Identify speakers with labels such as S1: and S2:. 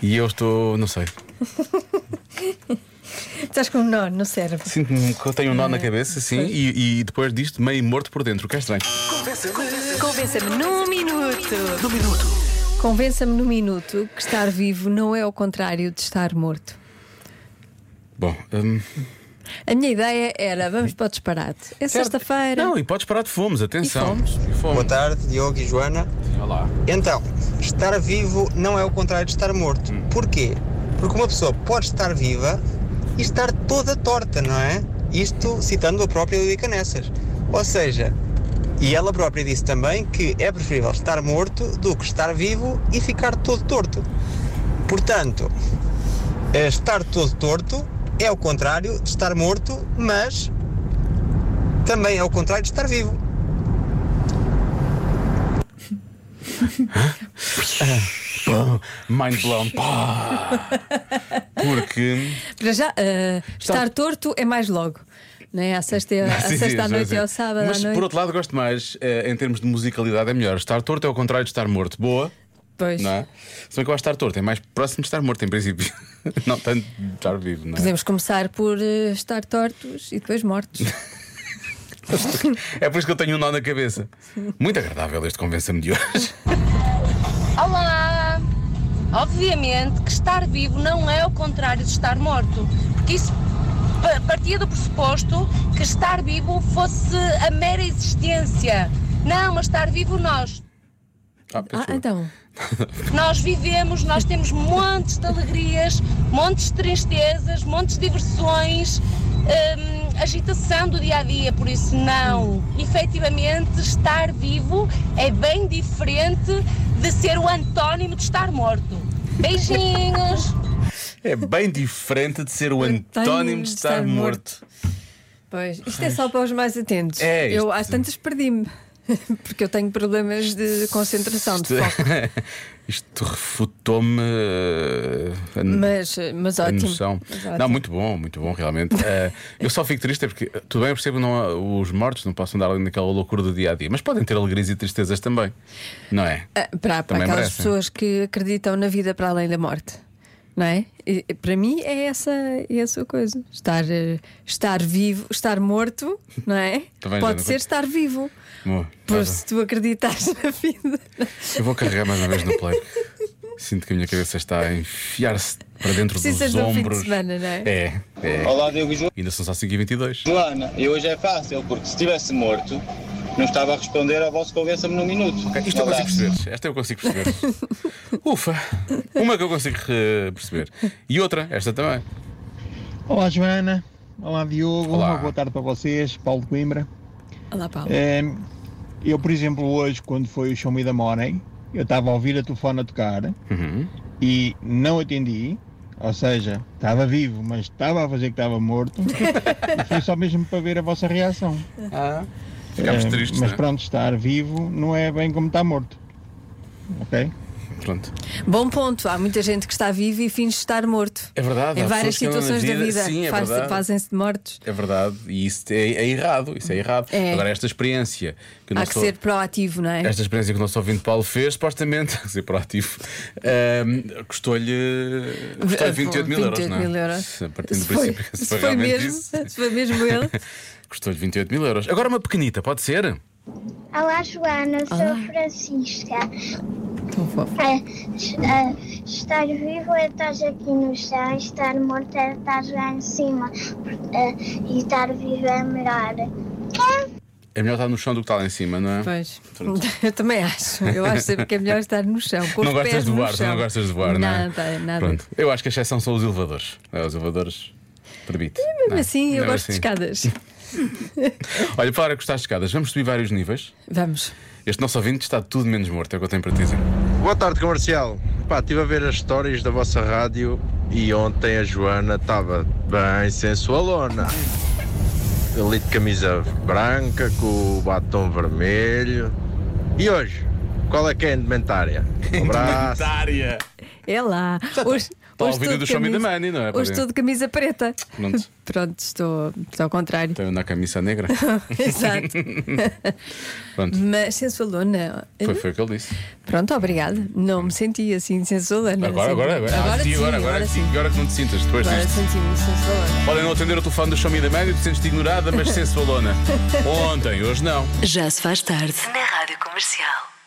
S1: E eu estou, não sei,
S2: Estás com um nó no cérebro.
S1: sinto-me que eu tenho um nó na
S2: É.
S1: cabeça, sim, e, e depois disto meio morto por dentro, o que é estranho.
S2: Convença-me num minuto. Convença-me num minuto que estar vivo não é ao contrário de estar morto.
S1: Bom, hum,
S2: A minha ideia era, vamos para o disparate. É sexta-feira.
S1: Não, e podes parar de fomos, atenção.
S2: fomos.
S1: E
S3: Boa
S1: fomos.
S3: tarde, Diogo e Joana.
S1: Olá.
S3: Então, estar vivo não é o contrário de estar morto. Porquê? Porque uma pessoa pode estar viva e estar toda torta, não é? Isto citando a própria Lídia Canessas. Ou seja, e ela própria disse também que é preferível estar morto do que estar vivo e ficar todo torto. Portanto, eh, estar todo torto é o contrário de estar morto, mas também é o contrário de estar vivo.
S1: Pum, Mind blown. Pá. Porque.
S2: Para já, eh, estar torto é mais logo. Não é? À sexta, à,
S1: Então- Sim, sim,
S2: sexta à
S1: sim,
S2: noite
S1: sim.
S2: e ao sábado
S1: Mas
S2: à noite.
S1: por outro lado, gosto mais, eh, em termos de musicalidade, é melhor. Estar torto é o contrário de estar morto. Boa.
S2: Pois.
S1: Não é? Se bem que eu acho que estar torto, é mais próximo de estar morto, em princípio. Não tanto de estar vivo, não é?
S2: Podemos começar por eh, estar tortos e depois mortos.
S1: É por isso que eu tenho um nó na cabeça. Muito agradável este convença-me de hoje.
S4: Olá! Obviamente que estar vivo não é o contrário de estar morto, porque isso pa- partia do pressuposto que estar vivo fosse a mera existência. Não, mas estar vivo nós.
S1: Ah, pensou.
S2: ah, então.
S4: Nós vivemos, nós temos montes de alegrias, montes de tristezas, montes de diversões, hum, agitação do dia a dia, por isso não. Efetivamente, estar vivo é bem diferente de ser o antónimo de estar morto. Beijinhos!
S1: É bem diferente de ser o antónimo de estar morto.
S2: Pois. Isto é só para os mais atentos.
S1: É, isto-
S2: eu às tantas perdi-me. Porque eu tenho problemas de concentração,
S1: é-
S2: de foco.
S1: Isto refutou-me eh, a
S2: Mas, mas
S1: a
S2: ótimo.
S1: noção.
S2: Mas ótimo.
S1: Não, muito bom, muito bom, realmente. Eh, eu só fico triste é porque, eh, tudo bem, eu percebo, não, há- os mortos não possam dar ali naquela loucura do dia a dia, mas podem ter alegrias e tristezas também, não é?
S2: Ah, para, para
S1: Também
S2: aquelas
S1: merecem.
S2: pessoas que acreditam na vida para além da morte. Não é? E- e para mim é essa, é essa a coisa. Estar, eh, estar vivo, estar morto, não é?
S1: Também já
S2: Pode
S1: não-
S2: ser estar vivo.
S1: Boa,
S2: Por
S1: nada.
S2: se tu acreditares na vida.
S1: Eu vou carregar mais uma vez no play. Sinto que a minha cabeça está a enfiar-se para dentro
S2: Precisas de
S1: dos
S2: um fim
S1: ombros.
S2: de semana, não é?
S1: É, é.
S5: Olá, Diogo e Jo-
S1: Ainda são só 5 e 22
S5: Joana. E hoje é fácil, porque se estivesse morto, não estava a responder ao vosso convença-me num minuto.
S1: Isto é
S5: Um
S1: eu consigo
S5: abraço.
S1: perceber. Esta eu consigo perceber. Ufa! Uma que eu consigo eh, perceber. E outra, esta também.
S6: Olá Joana, olá Diogo,
S1: Olá.
S6: Uma boa tarde para vocês, Paulo de Coimbra.
S2: Olá, Paulo.
S6: Eh, eu, por exemplo, hoje, quando foi o Show Me the Morning, eu estava a ouvir a telefone a tocar
S1: Uhum.
S6: e não atendi, ou seja, estava vivo, mas estava a fazer que estava morto. e foi só mesmo para ver a vossa reação.
S1: Ficámos
S6: Eh,
S1: tristes,
S6: mas
S1: né?
S6: pronto, estar vivo não é bem como estar morto. Ok?
S1: Pronto.
S2: Bom ponto. Há muita gente que está viva e finge estar morto.
S1: É verdade.
S2: em
S1: há pessoas
S2: várias
S1: que andam na
S2: situações da vida,
S1: Sim, é
S2: faz-
S1: verdade.
S2: fazem-se de mortos.
S1: É verdade. E isso é, é errado. Isso é errado.
S2: É.
S1: Agora, esta experiência que o
S2: Há
S1: nosso-
S2: que ser proativo, não é?
S1: Esta experiência que o nosso ouvinte Paulo fez, supostamente, a ser proativo, ahm, custou-lhe
S2: Eh,
S1: custou 28 mil euros.
S2: 28
S1: não é?
S2: mil euros.
S1: Se A partir do
S2: Se foi,
S1: princípio, que
S2: se foi
S1: realmente
S2: mesmo,
S1: isso,
S2: se foi mesmo ele.
S1: custou-lhe 28 mil euros. Agora, uma pequenita, pode ser?
S7: Olá, Joana,
S2: Olá.
S7: sou Francisca.
S2: Tão fofo.
S7: É, es- é, estar vivo é estar aqui no chão, estar morto é estar lá em cima. Por- é, e estar vivo é melhor.
S1: É melhor estar no chão do que estar lá em cima, não é?
S2: Pois, eu também acho. Eu acho sempre que é melhor estar no chão. Com
S1: Não
S2: os
S1: gostas
S2: pés
S1: de
S2: no
S1: voar,
S2: chão.
S1: não gostas de voar, não é?
S2: Nada, nada.
S1: Pronto. Eu acho que a exceção são os elevadores. É, os elevadores permite. não é?
S2: Mesmo assim, eu
S1: Não é
S2: gosto de
S1: assim.
S2: escadas.
S1: Olha, para gostar de escadas, vamos subir vários níveis.
S2: Vamos.
S1: Este nosso ouvinte está tudo menos morto, é o que eu tenho para te dizer.
S8: Boa tarde, comercial. Pá, estive a ver as histórias da vossa rádio e ontem a Joana estava bem sensualona. Ali de camisa branca, com o batom vermelho. E hoje, qual é que é a indumentária? Um abraço.
S1: Área!
S2: É lá. Hoje,
S1: Tal
S2: Hoje
S1: vídeo tá. do
S2: estou de
S1: Show Me the
S2: camisa-
S1: Money, não é?
S2: Hoje
S1: Para-
S2: estou de camisa preta.
S1: Pronto.
S2: Pronto, estou, estou ao contrário.
S1: Estava na camisa negra.
S2: Exato.
S1: Pronto.
S2: Mas sensualona.
S1: Foi, foi o que ele disse.
S2: Pronto, obrigada. Não me senti assim sensualona.
S1: Agora,
S2: Sim.
S1: agora, agora. Ah,
S2: Agora
S1: sim,
S2: sim,
S1: agora,
S2: agora
S1: agora,
S2: sim.
S1: sim. Agora que não te sintas depois
S2: Agora
S1: disto.
S2: senti-me sensualona.
S1: Podem não atender o telefone do Show Me the Money, tu sentes-te ignorada, mas sensualona. Ontem, hoje não.
S9: Já se faz tarde na Rádio Comercial.